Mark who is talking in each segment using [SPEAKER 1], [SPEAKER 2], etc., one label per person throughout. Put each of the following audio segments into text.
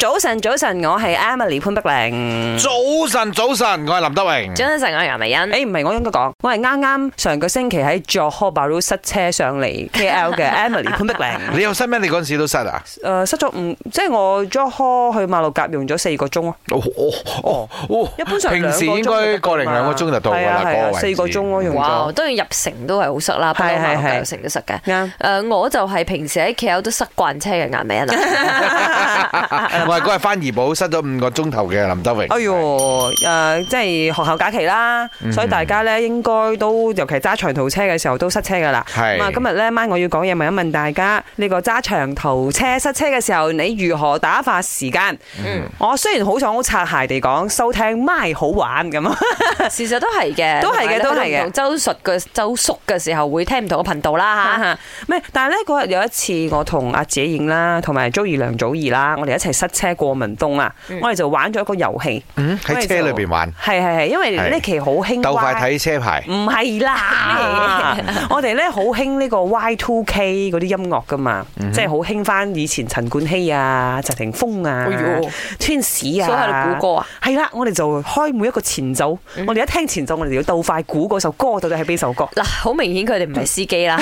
[SPEAKER 1] 早晨，早晨，我係 Emily 潘碧玲。
[SPEAKER 2] 早晨，早晨，我係林德榮。
[SPEAKER 3] 早晨，我係楊美欣。
[SPEAKER 1] 誒唔係，我應該講，我係啱啱上個星期喺 Johor Bahru 塞車上嚟 KL 嘅 Emily 潘碧 玲。
[SPEAKER 2] 你又失咩？你嗰陣時都失啊？
[SPEAKER 1] 誒、塞咗五，即係我 Johor 去馬六甲用咗四個鐘咯。
[SPEAKER 2] 哦哦哦
[SPEAKER 1] 一般上
[SPEAKER 2] 平時應該個零兩個鐘就到㗎
[SPEAKER 1] 係
[SPEAKER 2] 啦
[SPEAKER 1] 啊，係
[SPEAKER 2] 嗰
[SPEAKER 1] 啊
[SPEAKER 2] 個位置
[SPEAKER 1] 四個鐘咯用
[SPEAKER 3] 哇！
[SPEAKER 1] 咗。
[SPEAKER 3] 當然入城都係好塞啦，不過
[SPEAKER 1] 係係
[SPEAKER 3] 馬六甲
[SPEAKER 1] 係
[SPEAKER 3] 入城都塞嘅。
[SPEAKER 1] 啱。
[SPEAKER 3] 誒，我就係平時喺 KL 都塞慣車嘅顏美 欣啊。
[SPEAKER 2] 我係嗰日翻怡寶，失咗五個鐘頭嘅林德榮。
[SPEAKER 1] 哎呦，誒、即係學校假期啦，
[SPEAKER 2] 嗯
[SPEAKER 1] 所以大家咧應該都，尤其揸長途車嘅時候都塞車噶啦。
[SPEAKER 2] 係
[SPEAKER 1] 咁啊，今日咧晚我要講嘢，問一問大家，呢、個揸長途車塞車嘅時候，你如何打發時間？
[SPEAKER 3] 嗯，
[SPEAKER 1] 我雖然好想好擦鞋地講收聽咪好玩咁啊，
[SPEAKER 3] 事實都係嘅，
[SPEAKER 1] 都係嘅
[SPEAKER 3] 同埋
[SPEAKER 1] 都係
[SPEAKER 3] 咧
[SPEAKER 1] 嘅
[SPEAKER 3] 去唔同周述嘅周叔嘅時候會聽唔同嘅頻道啦嚇。
[SPEAKER 1] 唔係，但係咧嗰日有一次我同阿姐影啦，同埋 Joey 梁祖兒啦，我哋一齊塞車過文東啊，我哋就玩咗一個遊戲，
[SPEAKER 2] 嗯，喺車裏邊玩，
[SPEAKER 1] 係係係，因為呢期好興
[SPEAKER 2] 鬥快
[SPEAKER 1] Y-
[SPEAKER 2] 睇車牌。
[SPEAKER 1] 唔係啦， 我哋咧好興呢個 Y Two K 嗰啲音樂噶嘛，即係好興翻以前陳冠希啊、陳霆鋒啊、
[SPEAKER 3] 哎呦
[SPEAKER 1] Twins 啊，嗯
[SPEAKER 3] 所以喺度估歌啊，
[SPEAKER 1] 係啦，我哋就開每一個前奏，我哋一聽前奏，我哋就要鬥快估嗰首歌到底係邊 首歌。
[SPEAKER 3] 嗱，好明顯佢哋唔係 司機啦，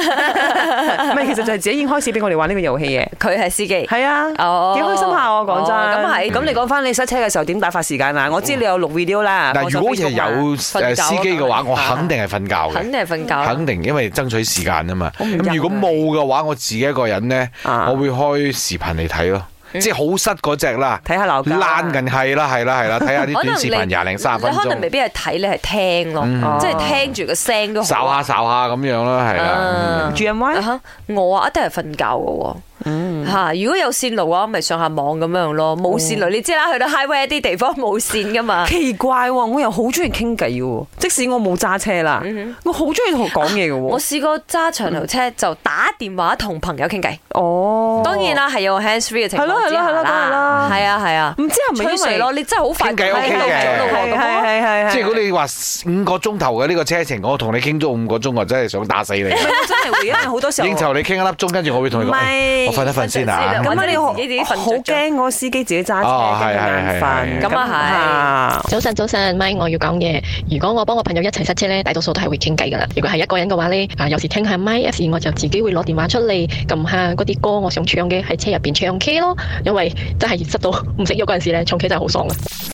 [SPEAKER 1] 唔係，其實就係自己已經開始俾我哋玩呢個遊戲嘅。
[SPEAKER 3] 佢係司機。
[SPEAKER 1] 係啊，
[SPEAKER 3] 哦
[SPEAKER 1] 幾開心下我講真。
[SPEAKER 3] 哦咁係
[SPEAKER 1] 咁你講翻你塞車嘅時候點打發時間啊？我知你有錄 video 啦。
[SPEAKER 2] 嗱，如果係有
[SPEAKER 3] 瞓
[SPEAKER 2] 誒
[SPEAKER 3] 覺啊
[SPEAKER 2] 司機嘅話，我肯定係瞓覺
[SPEAKER 3] 肯
[SPEAKER 2] 嘅。
[SPEAKER 3] 定係瞓覺啦，
[SPEAKER 2] 肯定，因為爭取時間啊嘛。
[SPEAKER 1] 唔
[SPEAKER 2] 咁如果
[SPEAKER 1] 忍啊
[SPEAKER 2] 冇嘅話，我自己一個人呢，
[SPEAKER 1] 啊
[SPEAKER 2] 我會開視頻嚟睇咯，即係好塞嗰只啦，
[SPEAKER 1] 睇下鬧交啊
[SPEAKER 2] 爛緊係啦，係啦，係啦，睇下啲
[SPEAKER 3] 可能
[SPEAKER 2] 短視頻
[SPEAKER 3] 你
[SPEAKER 2] 廿零三十分
[SPEAKER 3] 你可能未
[SPEAKER 2] 鐘，
[SPEAKER 3] 必係睇，你係聽咯，
[SPEAKER 2] 嗯
[SPEAKER 3] 即係聽住個聲都好
[SPEAKER 2] 睄
[SPEAKER 3] 啊。
[SPEAKER 2] 下睄下咁樣啦，嗯係啦
[SPEAKER 3] 啊。
[SPEAKER 1] G M
[SPEAKER 3] 啊
[SPEAKER 1] Y
[SPEAKER 3] 哈我啊一定係瞓覺嘅喎。
[SPEAKER 1] 嗯
[SPEAKER 3] 嚇！如果有線路嘅話，咪上下網咁樣咯。冇線
[SPEAKER 1] 哦
[SPEAKER 3] 路，你知啦，去到 highway 啲地方冇線噶嘛。
[SPEAKER 1] 奇怪喎，我又好中意傾偈喎，即使我冇揸車啦，我好中意同佢講嘢嘅
[SPEAKER 3] 嗯我
[SPEAKER 1] 喎。
[SPEAKER 3] 試過揸長途車就打電話同朋友傾偈，
[SPEAKER 1] 哦，
[SPEAKER 3] 當然，啦係有 hands free 嘅情
[SPEAKER 1] 係
[SPEAKER 3] 況之下
[SPEAKER 1] 咯係咯係咯梗係啦
[SPEAKER 3] 啦，係啊係啊，
[SPEAKER 1] 唔知係咪
[SPEAKER 3] 吹
[SPEAKER 1] 因為
[SPEAKER 3] 水咯，你真係好快
[SPEAKER 2] 傾偈 OK
[SPEAKER 3] 到咗
[SPEAKER 2] 嘅
[SPEAKER 3] 咯
[SPEAKER 1] 係
[SPEAKER 3] 喎咁
[SPEAKER 1] 係
[SPEAKER 3] 啊
[SPEAKER 1] 係係，
[SPEAKER 2] 即係如果你話五個鐘頭嘅呢個車程，我同你傾咗五個鐘，我真係想打死你。啊
[SPEAKER 1] 唔係我真係會，因為好多時候
[SPEAKER 2] 應酬你傾一粒鐘，跟住我會同你
[SPEAKER 1] 唔
[SPEAKER 2] 講，
[SPEAKER 1] 係
[SPEAKER 2] 哎我瞓一瞓先啊
[SPEAKER 3] 瞓陣先。
[SPEAKER 1] 咁
[SPEAKER 3] 或
[SPEAKER 1] 啊，
[SPEAKER 3] 者
[SPEAKER 1] 你好
[SPEAKER 3] 自己自己瞓着咗
[SPEAKER 1] 好驚我司機自己揸
[SPEAKER 2] 哦
[SPEAKER 1] 車
[SPEAKER 2] 係
[SPEAKER 1] 跟住眼
[SPEAKER 2] 係係係
[SPEAKER 1] 瞓，
[SPEAKER 3] 咁啊
[SPEAKER 1] 係。
[SPEAKER 4] 早晨，早晨，咪我要講嘢。如果我幫我朋友一齊塞車咧，大多數都係會傾偈噶啦。如果係一個人嘅話咧，啊有時聽下咪，有時我就自己會攞電話出嚟撳下嗰啲歌我想唱嘅，喺車入邊唱 K 咯。因為真係塞到唔識喐嗰陣時咧，唱 K 真係好爽啊！